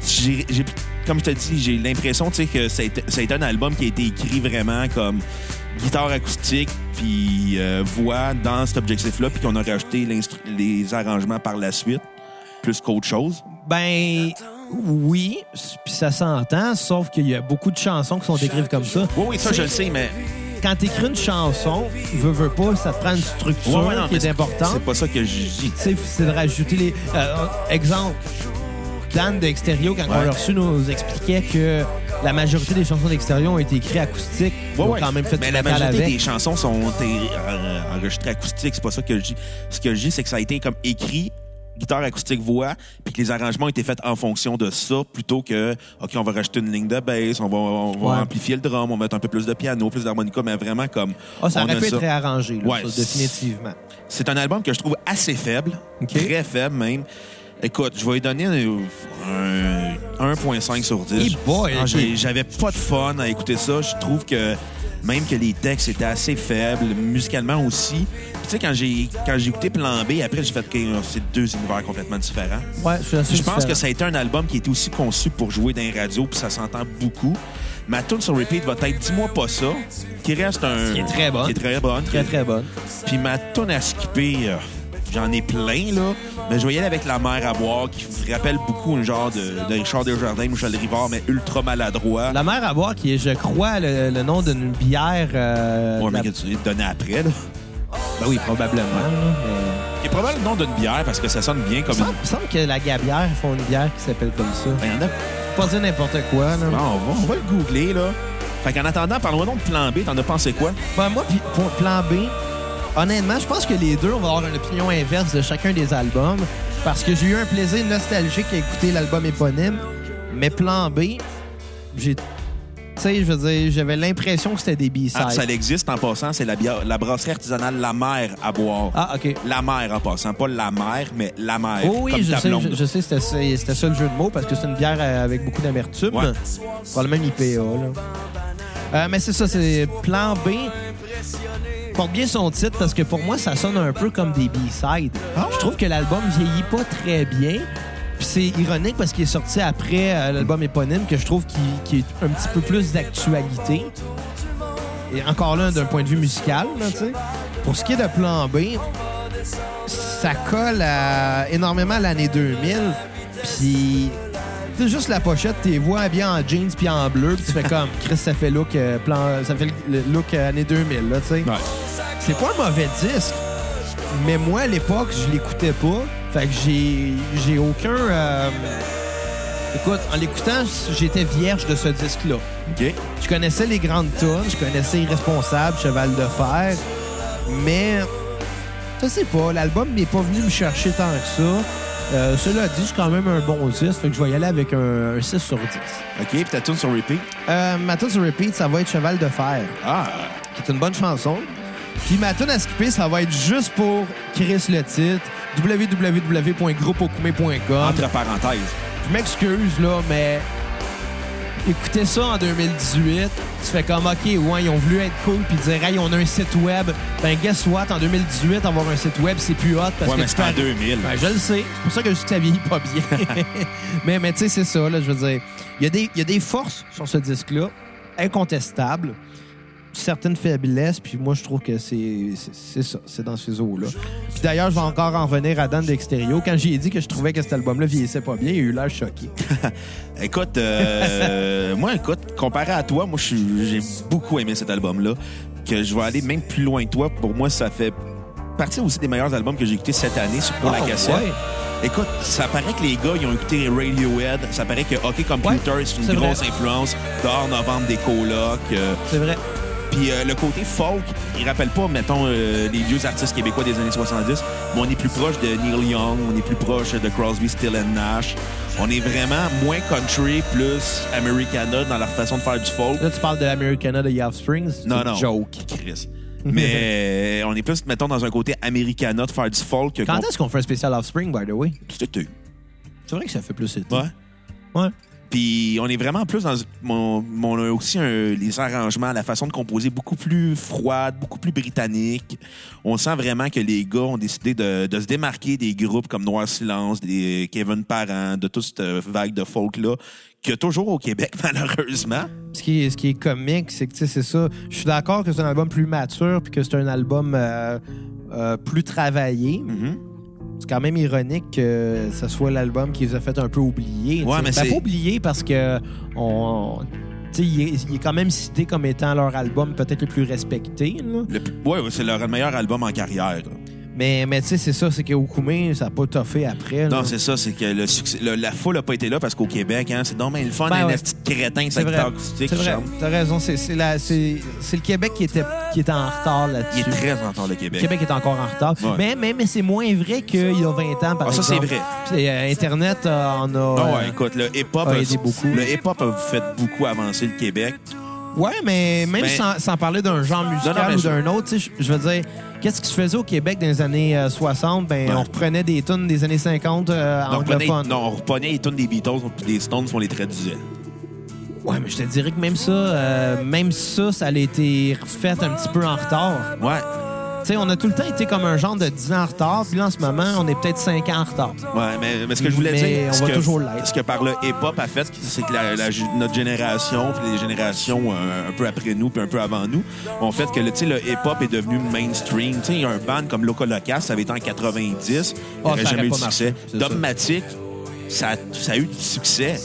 Speaker 2: j'ai, j'ai- comme je te dis, j'ai l'impression tu sais, que ça a, été, ça a été un album qui a été écrit vraiment comme guitare acoustique puis euh, voix dans cet objectif-là, puis qu'on a rajouté l'instru- les arrangements par la suite, plus qu'autre chose.
Speaker 1: ben, oui, puis ça s'entend, sauf qu'il y a beaucoup de chansons qui sont écrites comme ça.
Speaker 2: Oui, oui, ça, je le sais, mais...
Speaker 1: Quand t'écris une chanson, veux, veux pas, ça te prend une structure
Speaker 2: Ouais, ouais, non,
Speaker 1: qui
Speaker 2: mais
Speaker 1: est
Speaker 2: c'est-
Speaker 1: importante.
Speaker 2: C'est pas ça que je dis.
Speaker 1: Tu sais, c'est de rajouter les. euh, exemple, Dan de Extérieur, quand
Speaker 2: Ouais.
Speaker 1: on l'a reçu, nous expliquait que la majorité des chansons d'extérieur ont été écrites acoustique. Ils
Speaker 2: Ouais,
Speaker 1: ont
Speaker 2: ouais.
Speaker 1: quand même fait
Speaker 2: Mais
Speaker 1: du
Speaker 2: la
Speaker 1: métal
Speaker 2: majorité
Speaker 1: avec.
Speaker 2: des chansons sont euh, euh, enregistrées acoustiques. C'est pas ça que je dis. Ce que je dis, c'est que ça a été comme écrit, guitare acoustique, voix, puis que les arrangements ont été faits en fonction de ça, plutôt que, OK, on va rajouter une ligne de bass, on va, on va
Speaker 1: Ouais.
Speaker 2: amplifier le drum, on va mettre un peu plus de piano, plus d'harmonica, mais vraiment comme.
Speaker 1: Ah, ça
Speaker 2: on
Speaker 1: aurait
Speaker 2: a
Speaker 1: pu être réarrangé, là,
Speaker 2: Ouais,
Speaker 1: ça,
Speaker 2: c'est-
Speaker 1: définitivement.
Speaker 2: C'est un album que je trouve assez faible,
Speaker 1: OK.
Speaker 2: très faible même. Écoute, je vais lui donner un, un 1.5 sur 10.
Speaker 1: Hey boy,
Speaker 2: Ah,
Speaker 1: ok.
Speaker 2: j'ai- J'avais pas de fun à écouter ça. Je trouve que même que les textes étaient assez faibles, musicalement aussi. Puis Tu sais, quand j'ai quand j'ai écouté Plan B, après, j'ai fait que euh, c'est deux univers complètement différents.
Speaker 1: Ouais, je suis assez
Speaker 2: Je pense
Speaker 1: différent.
Speaker 2: que ça a été un album qui était aussi conçu pour jouer dans les radios, puis ça s'entend beaucoup. Ma tune sur repeat va être Dis-moi pas ça, qui reste un.
Speaker 1: Qui est très bonne.
Speaker 2: Qui est très bonne.
Speaker 1: très très bonne.
Speaker 2: Puis ma tonne à skipper, euh, j'en ai plein, là. Mais je voyais avec La mer à boire, qui me rappelle beaucoup un genre de, de Richard Desjardins, Michel Rivard, mais ultra maladroit.
Speaker 1: La mer à boire, qui est, je crois, le, le nom d'une bière. euh,
Speaker 2: Ouais,
Speaker 1: de la-
Speaker 2: mais que tu viens de donner après, là.
Speaker 1: Ben oui, probablement. là, mais-
Speaker 2: Qui est probablement le nom d'une bière, parce que ça sonne bien comme
Speaker 1: Il me
Speaker 2: une...
Speaker 1: semble- il me semble que la gabière font une bière qui s'appelle comme ça.
Speaker 2: Ben, y en a...
Speaker 1: Faut Pas dire n'importe quoi. Là.
Speaker 2: Bon, on, va, on va le googler, là. Fait qu'en attendant, parle-moi donc de Plan B. T'en as pensé quoi?
Speaker 1: Ben, moi, puis pour plan B, honnêtement, je pense que les deux, on va avoir une opinion inverse de chacun des albums. Parce que j'ai eu un plaisir nostalgique à écouter l'album éponyme. Mais plan B, j'ai. Tu sais, je veux dire, j'avais l'impression que c'était des
Speaker 2: Ah, ça
Speaker 1: B-sides.
Speaker 2: existe en passant, c'est la, bière- la brasserie artisanale La Mer à boire.
Speaker 1: Ah, OK.
Speaker 2: La Mer en passant, pas La Mer, mais La Mer.
Speaker 1: Oh oui,
Speaker 2: comme
Speaker 1: je
Speaker 2: ta
Speaker 1: sais,
Speaker 2: blonde.
Speaker 1: je, je sais, c'était ça- c'était ça le jeu de mots parce que c'est une bière euh, avec beaucoup d'amertume.
Speaker 2: Ouais.
Speaker 1: Probablement IPA. Là. Euh, mais c'est ça, c'est plan B. Porte bien son titre parce que pour moi, ça sonne un peu comme des B-sides.
Speaker 2: Ah ouais?
Speaker 1: Je trouve que l'album vieillit pas très bien. Puis c'est ironique parce qu'il est sorti après euh, l'album éponyme que je trouve qui, qui est un petit peu plus d'actualité. Et encore là, d'un point de vue musical, là, tu sais. Pour ce qui est de plan B, ça colle à- énormément à l'année 2000. Puis, tu sais, juste la pochette, t'es vois bien en jeans puis en bleu, puis tu fais comme, Chris, ça fait look, euh, plan, ça fait le le look euh, année 2000, là, tu sais.
Speaker 2: Ouais.
Speaker 1: C'est pas un mauvais disque, mais moi, à l'époque, je l'écoutais pas. Fait que j'ai, j'ai aucun. euh, Écoute, en l'écoutant, j'étais vierge de ce disque-là.
Speaker 2: OK.
Speaker 1: Je connaissais les grandes tunes, je connaissais Irresponsable, Cheval de Fer, mais je sais pas, l'album n'est pas venu me chercher tant que ça. Euh, cela dit, c'est quand même un bon 10, fait que je vais y aller avec un, un 6 sur 10.
Speaker 2: OK, puis ta tune sur repeat.
Speaker 1: Euh, ma tune sur repeat, ça va être Cheval de Fer,
Speaker 2: Ah,
Speaker 1: qui est une bonne chanson. Puis ma tune à skipper, ça va être juste pour Chris le titre, www.groupeaucoumé.com.
Speaker 2: entre parenthèses.
Speaker 1: Je m'excuse, là, mais écoutez ça en 2018. Tu fais comme, OK, ouais, ils ont voulu être cool puis dire, hey, on a un site web. Ben, guess what? En 2018, avoir un site web, c'est plus hot parce
Speaker 2: ouais,
Speaker 1: que
Speaker 2: mais
Speaker 1: tu
Speaker 2: c'était
Speaker 1: peux arri-
Speaker 2: en 2000.
Speaker 1: Ben, je le sais. C'est pour ça que je dis que ça vieillit pas bien. mais mais tu sais, c'est ça, là, je veux dire. Il y, a des- il y a des forces sur ce disque-là, incontestables, certaines faiblesses, puis moi, je trouve que c'est c'est- c'est ça, c'est dans ces eaux-là. Puis d'ailleurs, je vais encore en revenir à Dan d'Extérieur. Quand j'ai dit que je trouvais que cet album-là vieillissait pas bien, il a eu l'air choqué.
Speaker 2: Écoute, euh, moi, écoute, comparé à toi, moi, je suis- j'ai beaucoup aimé cet album-là. Que je vais aller même plus loin que toi. Pour moi, ça fait partie aussi des meilleurs albums que j'ai écoutés cette année sur- pour la
Speaker 1: Ah,
Speaker 2: cassette.
Speaker 1: ouais.
Speaker 2: Écoute, ça paraît que les gars, ils ont écouté Radiohead. Ça paraît que OK Computer,
Speaker 1: Ouais,
Speaker 2: c'est une
Speaker 1: c'est vrai.
Speaker 2: grosse influence. Dehors, novembre, des colocs. euh,
Speaker 1: C'est vrai.
Speaker 2: Puis euh, le côté folk, il rappelle pas, mettons, euh, les vieux artistes québécois des années 70, mais on est plus proche de Neil Young, on est plus proche de Crosby, Still and Nash. On est vraiment moins country, plus Americana dans leur façon de faire du folk.
Speaker 1: Là, tu parles de Americana de Yav Springs. C'est
Speaker 2: Non,
Speaker 1: une
Speaker 2: non.
Speaker 1: Joke.
Speaker 2: Chris. Mais euh, on est plus, mettons, dans un côté Americana de faire du folk. que
Speaker 1: Quand
Speaker 2: qu'on-
Speaker 1: est-ce qu'on fait un spécial Offspring, by the way?
Speaker 2: Cet été.
Speaker 1: C'est vrai que ça fait plus été.
Speaker 2: Ouais.
Speaker 1: Ouais.
Speaker 2: Puis on est vraiment plus dans. On, on a aussi un- les arrangements, la façon de composer beaucoup plus froide, beaucoup plus britannique. On sent vraiment que les gars ont décidé de, de se démarquer des groupes comme Noir Silence, des Kevin Parent, de toute cette vague de folk-là, qu'il y a toujours au Québec, malheureusement.
Speaker 1: Ce qui, est, ce qui est comique, c'est que, tu sais, c'est ça. Je suis d'accord que c'est un album plus mature puis que c'est un album euh, euh, plus travaillé. C'est quand même ironique que ce soit l'album qui les a fait un peu oublier.
Speaker 2: Ouais,
Speaker 1: tu sais.
Speaker 2: mais
Speaker 1: Ben,
Speaker 2: c'est-
Speaker 1: pas oublier parce que on. tu sais, Il est, il est quand même cité comme étant leur album peut-être le plus respecté. là.
Speaker 2: Le plus- ouais, ouais, c'est leur meilleur album en carrière. là.
Speaker 1: Mais, mais tu sais, c'est ça, c'est que Okume, ça n'a pas toffé après. là.
Speaker 2: Non, c'est ça, c'est que le succès, le- la foule n'a pas été là parce qu'au Québec, hein, c'est donc bien le fun,
Speaker 1: Ben
Speaker 2: un
Speaker 1: ouais.
Speaker 2: esti de crétin de
Speaker 1: C'est vrai.
Speaker 2: secteur acoustique
Speaker 1: C'est
Speaker 2: qui
Speaker 1: vrai.
Speaker 2: chante.
Speaker 1: T'as raison. C'est c'est la- c'est- c'est le Québec qui était, qui était en retard
Speaker 2: Il
Speaker 1: là-dessus.
Speaker 2: est très en retard, le Québec.
Speaker 1: Le Québec est encore en retard.
Speaker 2: Ouais.
Speaker 1: Mais, mais, mais c'est moins vrai qu'il y a 20 ans, par
Speaker 2: Ah, ça, c'est
Speaker 1: exemple.
Speaker 2: vrai.
Speaker 1: Puis, euh, Internet euh, en a...
Speaker 2: Non,
Speaker 1: euh,
Speaker 2: ouais, écoute, le hip-hop
Speaker 1: a
Speaker 2: a-
Speaker 1: aidé beaucoup.
Speaker 2: le hip-hop a fait beaucoup avancer le Québec.
Speaker 1: euh, Ouais, mais même
Speaker 2: Mais-
Speaker 1: sans, sans parler d'un genre musical
Speaker 2: Non, non, mais
Speaker 1: ou
Speaker 2: je-
Speaker 1: d'un autre, tu sais, je je veux dire, qu'est-ce qui se faisait au Québec dans les années euh, 60? Ben,
Speaker 2: Ouais.
Speaker 1: on reprenait des tunes des années 50 euh,
Speaker 2: On reprenait-
Speaker 1: anglophones.
Speaker 2: non, on reprenait les tunes des Beatles puis des Stones, on les traduisait.
Speaker 1: Ouais, mais je te dirais que même ça, euh, même ça, ça a été refait un petit peu en retard.
Speaker 2: Ouais,
Speaker 1: Tu sais, on a tout le temps été comme un genre de 10 ans en retard, puis là, en ce moment, on est peut-être 5 ans en retard.
Speaker 2: ouais, mais, mais ce que je voulais
Speaker 1: Mais
Speaker 2: dire,
Speaker 1: on
Speaker 2: ce
Speaker 1: va
Speaker 2: que,
Speaker 1: toujours l'être.
Speaker 2: ce que par le hip-hop a fait, c'est que la- la ju- notre génération, puis les générations euh, un peu après nous, puis un peu avant nous, ont fait que le, tu sais, le hip-hop est devenu mainstream. Tu sais, il y a un band comme Loco Locas, ça avait été en 90, il
Speaker 1: Ah,
Speaker 2: n'aurait
Speaker 1: ça
Speaker 2: jamais
Speaker 1: aurait
Speaker 2: eu de
Speaker 1: pas marché,
Speaker 2: succès.
Speaker 1: c'est ça.
Speaker 2: Dogmatic, ça, ça a eu du succès,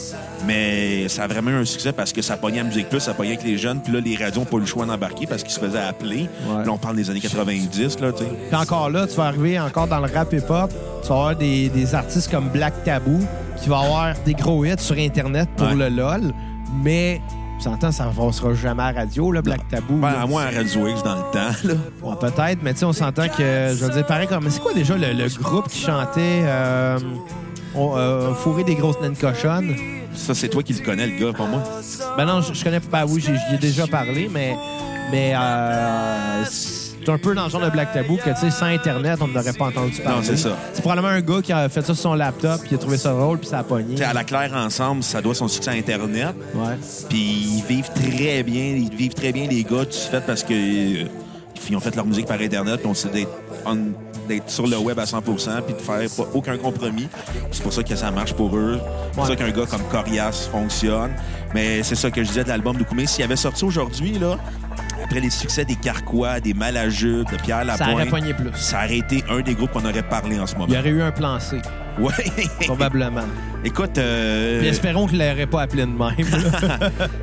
Speaker 2: mais ça a vraiment eu un succès parce que ça pognait à Musique Plus, ça pognait avec les jeunes, puis là, les radios n'ont pas eu le choix d'embarquer parce qu'ils se faisaient appeler.
Speaker 1: Ouais.
Speaker 2: Là, on parle des années 90, là, tu sais.
Speaker 1: Puis encore là, tu vas arriver encore dans le rap hip-hop, tu vas avoir des, des artistes comme Black Tabou qui va avoir des gros hits sur Internet pour
Speaker 2: Ouais.
Speaker 1: le LOL, mais on s'entend, ça ne passera jamais à la radio, là, Black Tabou.
Speaker 2: Ben,
Speaker 1: là.
Speaker 2: à moi, à Radio X dans le temps, là.
Speaker 1: Ouais, Peut-être, mais tu sais, on s'entend que, je veux dire, pareil comme... C'est quoi déjà le, le groupe qui chantait euh, on- euh, Fourrer des grosses naines cochonnes?
Speaker 2: Ça, c'est toi qui le connais, le gars, pas moi.
Speaker 1: Ben non, je, je connais pas. Ben oui, j'ai- j'y ai déjà parlé, mais, mais euh, c'est un peu dans le genre de Black Tabou que, tu sais, sans Internet, on n'aurait pas entendu parler.
Speaker 2: Non, c'est ça.
Speaker 1: C'est probablement un gars qui a fait ça sur son laptop, qui a trouvé ça drôle, puis ça a pogné.
Speaker 2: T'sais, à la claire ensemble, ça doit son succès à Internet.
Speaker 1: Ouais.
Speaker 2: Puis ils vivent très bien, ils vivent très bien les gars, tu fait parce que euh, ils ont fait leur musique par Internet, puis on sait d'être on- d'être sur le web à 100%, puis de faire pas, aucun compromis. C'est pour ça que ça marche pour eux. C'est pour
Speaker 1: Ouais.
Speaker 2: ça qu'un gars comme Corias fonctionne. Mais c'est ça que je disais de l'album d'Oukoumé. S'il avait sorti aujourd'hui, là, après les succès des Carquois, des Malajubes, de Pierre
Speaker 1: Ça aurait
Speaker 2: Lapointe,
Speaker 1: pogné plus.
Speaker 2: ça aurait été un des groupes qu'on aurait parlé en ce
Speaker 1: Il y
Speaker 2: moment.
Speaker 1: aurait eu un plan C,
Speaker 2: Ouais.
Speaker 1: probablement.
Speaker 2: Écoute, euh,
Speaker 1: Puis espérons qu'il l'aurait pas appelé de même. là.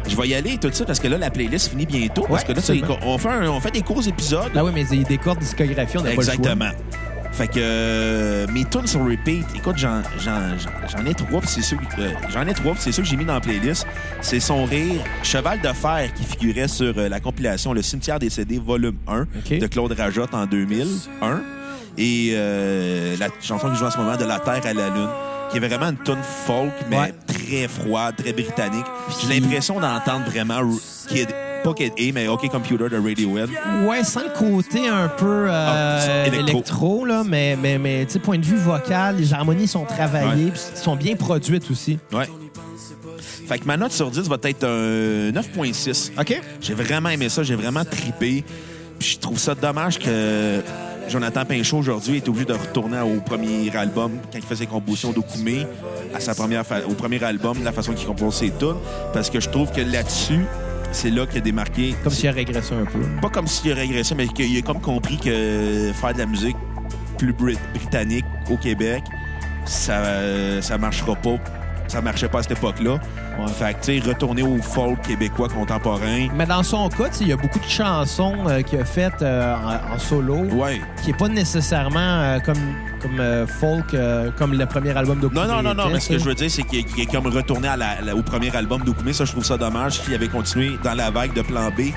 Speaker 2: je vais y aller tout de suite parce que là, la playlist finit bientôt. parce
Speaker 1: Ouais,
Speaker 2: que là, c'est-
Speaker 1: absolument.
Speaker 2: on fait, un- on fait des courts épisodes.
Speaker 1: Là, Ah oui, mais des- des cordes discographie, on n'a pas le choix.
Speaker 2: Exactement. Fait que euh, mes tunes sont repeat. Écoute, j'en, j'en- j'en- j'en ai trois, puis c'est sûr que, euh, j'en ai trois, puis c'est sûr que j'ai mis dans la playlist. C'est Son Rire, Cheval de Fer qui figurait sur euh, la compilation Le Cimetière décédé, volume 1
Speaker 1: OK.
Speaker 2: de Claude Rajotte en 2001. Et euh, la chanson qui joue en ce moment, De la Terre à la Lune, qui est vraiment une tune folk, mais
Speaker 1: Ouais.
Speaker 2: très froide, très britannique. J'ai
Speaker 1: Puis-
Speaker 2: l'impression d'entendre vraiment R- Kid, pas Kid A, mais OK Computer de Radiohead.
Speaker 1: Ouais, sans le côté un peu
Speaker 2: Ah,
Speaker 1: euh,
Speaker 2: c'est électro.
Speaker 1: électro. là, mais, mais, mais tu sais, point de vue vocal, les harmonies sont travaillées,
Speaker 2: Ouais.
Speaker 1: puis sont bien produites aussi.
Speaker 2: Ouais. Fait que ma note sur 10 va être un 9.6.
Speaker 1: OK?
Speaker 2: J'ai vraiment aimé ça, j'ai vraiment tripé. Puis je trouve ça dommage que Jonathan Pinchot aujourd'hui est obligé de retourner au premier album quand il fait ses compositions d'Okoumé, à sa première fa- au premier album, de la façon qu'il compose ses tunes, parce que je trouve que là-dessus, c'est là qu'il a démarqué.
Speaker 1: Comme s'il a régressé un peu.
Speaker 2: Pas comme s'il a régressé, mais qu'il a comme compris que faire de la musique plus brit- britannique au Québec, ça ça marchera pas. Ça marchait pas à cette époque-là.
Speaker 1: Ouais.
Speaker 2: Fait que, tu sais, retourner au folk québécois contemporain.
Speaker 1: Mais dans son cas, tu sais, il y a beaucoup de chansons euh, qu'il a faites euh, en, en solo,
Speaker 2: Ouais.
Speaker 1: qui n'est pas nécessairement euh, comme, comme euh, folk, euh, comme le premier album de
Speaker 2: Non, non, non, non,
Speaker 1: était,
Speaker 2: mais ce
Speaker 1: tu
Speaker 2: que
Speaker 1: sais.
Speaker 2: je veux dire, c'est qu'il qu'il est comme retourné à la- la- au premier album d'Okoumé. Ça, je trouve ça dommage. S'il avait continué dans la vague de plan B,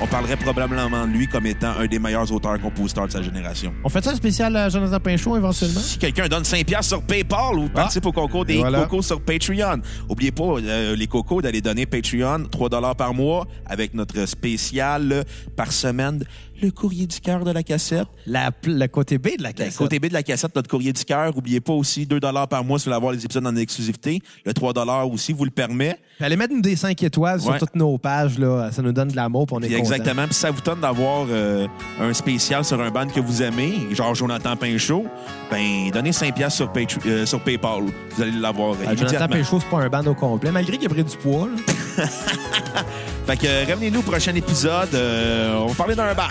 Speaker 2: on parlerait probablement de lui comme étant un des meilleurs auteurs-compositeurs de sa génération.
Speaker 1: On fait ça un spécial à Jonathan Pinchot éventuellement?
Speaker 2: Si quelqu'un donne 5 piastres sur PayPal ou participe au concours
Speaker 1: Ah, et
Speaker 2: des
Speaker 1: voilà.
Speaker 2: cocos sur Patreon, oubliez pas euh, les cocos d'aller donner Patreon 3 dollars par mois avec notre spécial euh, par semaine le courrier du cœur de la cassette.
Speaker 1: La, le côté B de la
Speaker 2: Le
Speaker 1: cassette.
Speaker 2: Côté B de la cassette, notre courrier du cœur. Oubliez pas aussi 2 dollars par mois si vous voulez avoir les épisodes en exclusivité. Le 3 dollars aussi vous le permet.
Speaker 1: Puis Allez mettre nous des 5 étoiles
Speaker 2: Ouais.
Speaker 1: sur toutes nos pages, là. ça nous donne de l'amour, puis on est
Speaker 2: Puis
Speaker 1: contents.
Speaker 2: exactement. Puis ça vous tente d'avoir euh, un spécial sur un band que vous aimez, genre Jonathan Pinchot, ben donnez 5 piastres sur, Patre- euh, sur PayPal. Vous allez l'avoir euh,
Speaker 1: Euh, Jonathan
Speaker 2: immédiatement.
Speaker 1: Péchaud, c'est pas un band au complet, malgré qu'il a pris du poids. là.
Speaker 2: Fait que euh, revenez-nous au prochain épisode. euh, on va parler d'un ban.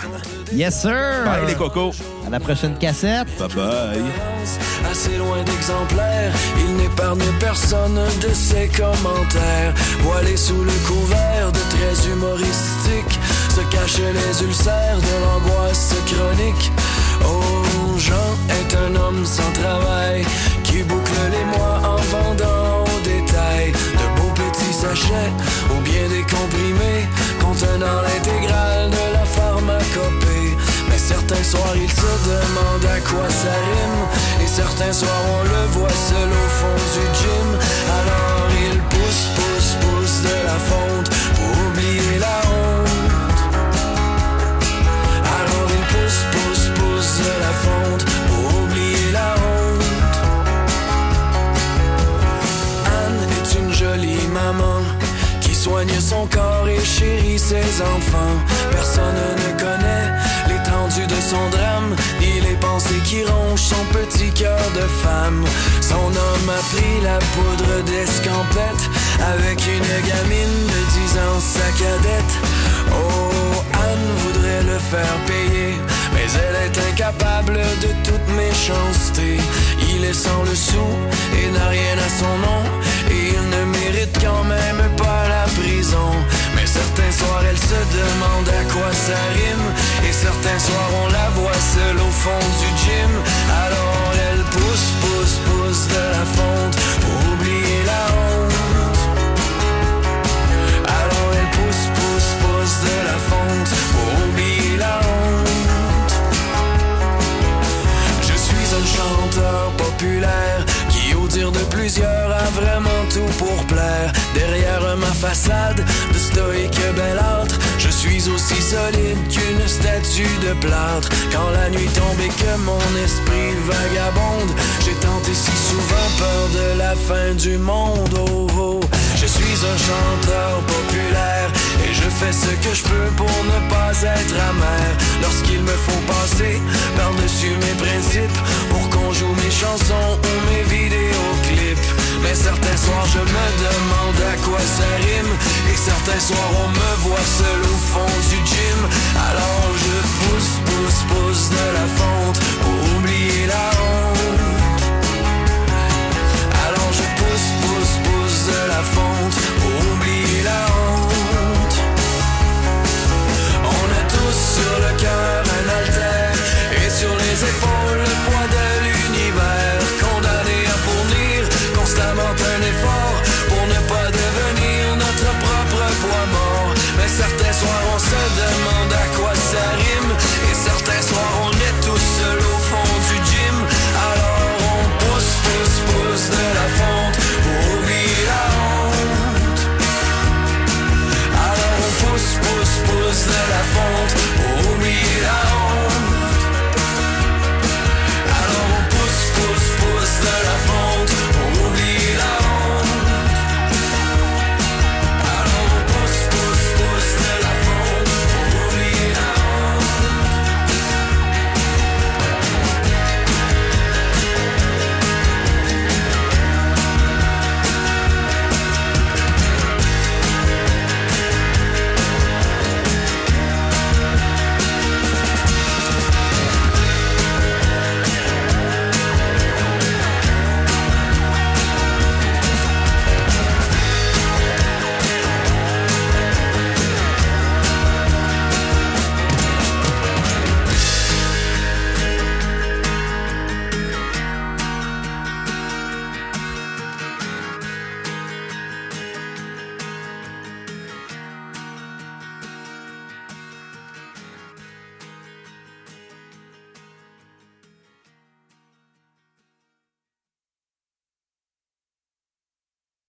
Speaker 1: Yes, sir!
Speaker 2: Bye les cocos.
Speaker 1: à la prochaine cassette.
Speaker 2: Bye bye.
Speaker 3: Assez loin d'exemplaires, il n'épargne personne de ses commentaires. Voilés sous le couvert de traits humoristiques, se cachent les ulcères de l'angoisse chronique. Oh Jean est un homme sans travail qui boucle les mois en vendant au détail de beaux petits sachets ou bien des comprimés contenant l'intégrale de la pharmacopée. Mais certains soirs il se demande à quoi ça rime et certains soirs on le voit seul au fond du gym. Alors il pousse, pousse, pousse de la fonte pour oublier la honte. Alors il pousse, pousse, pousse de la fonte pour oublier la honte. Anne est une jolie maman qui soigne son corps et chérit ses enfants. Personne ne connaît l'étendue de son drame, ni les pensées qui rongent son petit cœur de femme. Son homme a pris la poudre d'escampette avec une gamine de 10 ans, sa cadette. Oh, Anne voudrait le faire payer, mais elle est incapable de toute méchanceté. Il est sans le sou et n'a rien à son nom, et il ne mérite quand même pas la prison. Mais certains soirs, elle se demande à quoi ça rime, et certains soirs, on la voit seule au fond du gym. Alors elle pousse, pousse, pousse de la fonte pour oublier la honte. Alors elle pousse, pousse, pousse de la fonte pour oublier la honte. Je suis un chanteur populaire qui, au dire de plusieurs, a vraiment tout pour plaire. Derrière ma façade de stoïque belâtre, je suis aussi solide qu'une statue de plâtre. Quand la nuit tombe et que mon esprit vagabonde, j'ai tenté si souvent peur de la fin du monde. Oh, oh. Je suis un chanteur populaire et je fais ce que je peux pour ne pas être amer. Lorsqu'il me faut passer par-dessus mes principes pour qu'on joue mes chansons ou mes vidéoclips. Mais certains soirs je me demande à quoi ça rime et certains soirs on me voit seul au fond du gym. Alors je pousse, pousse, pousse de la fond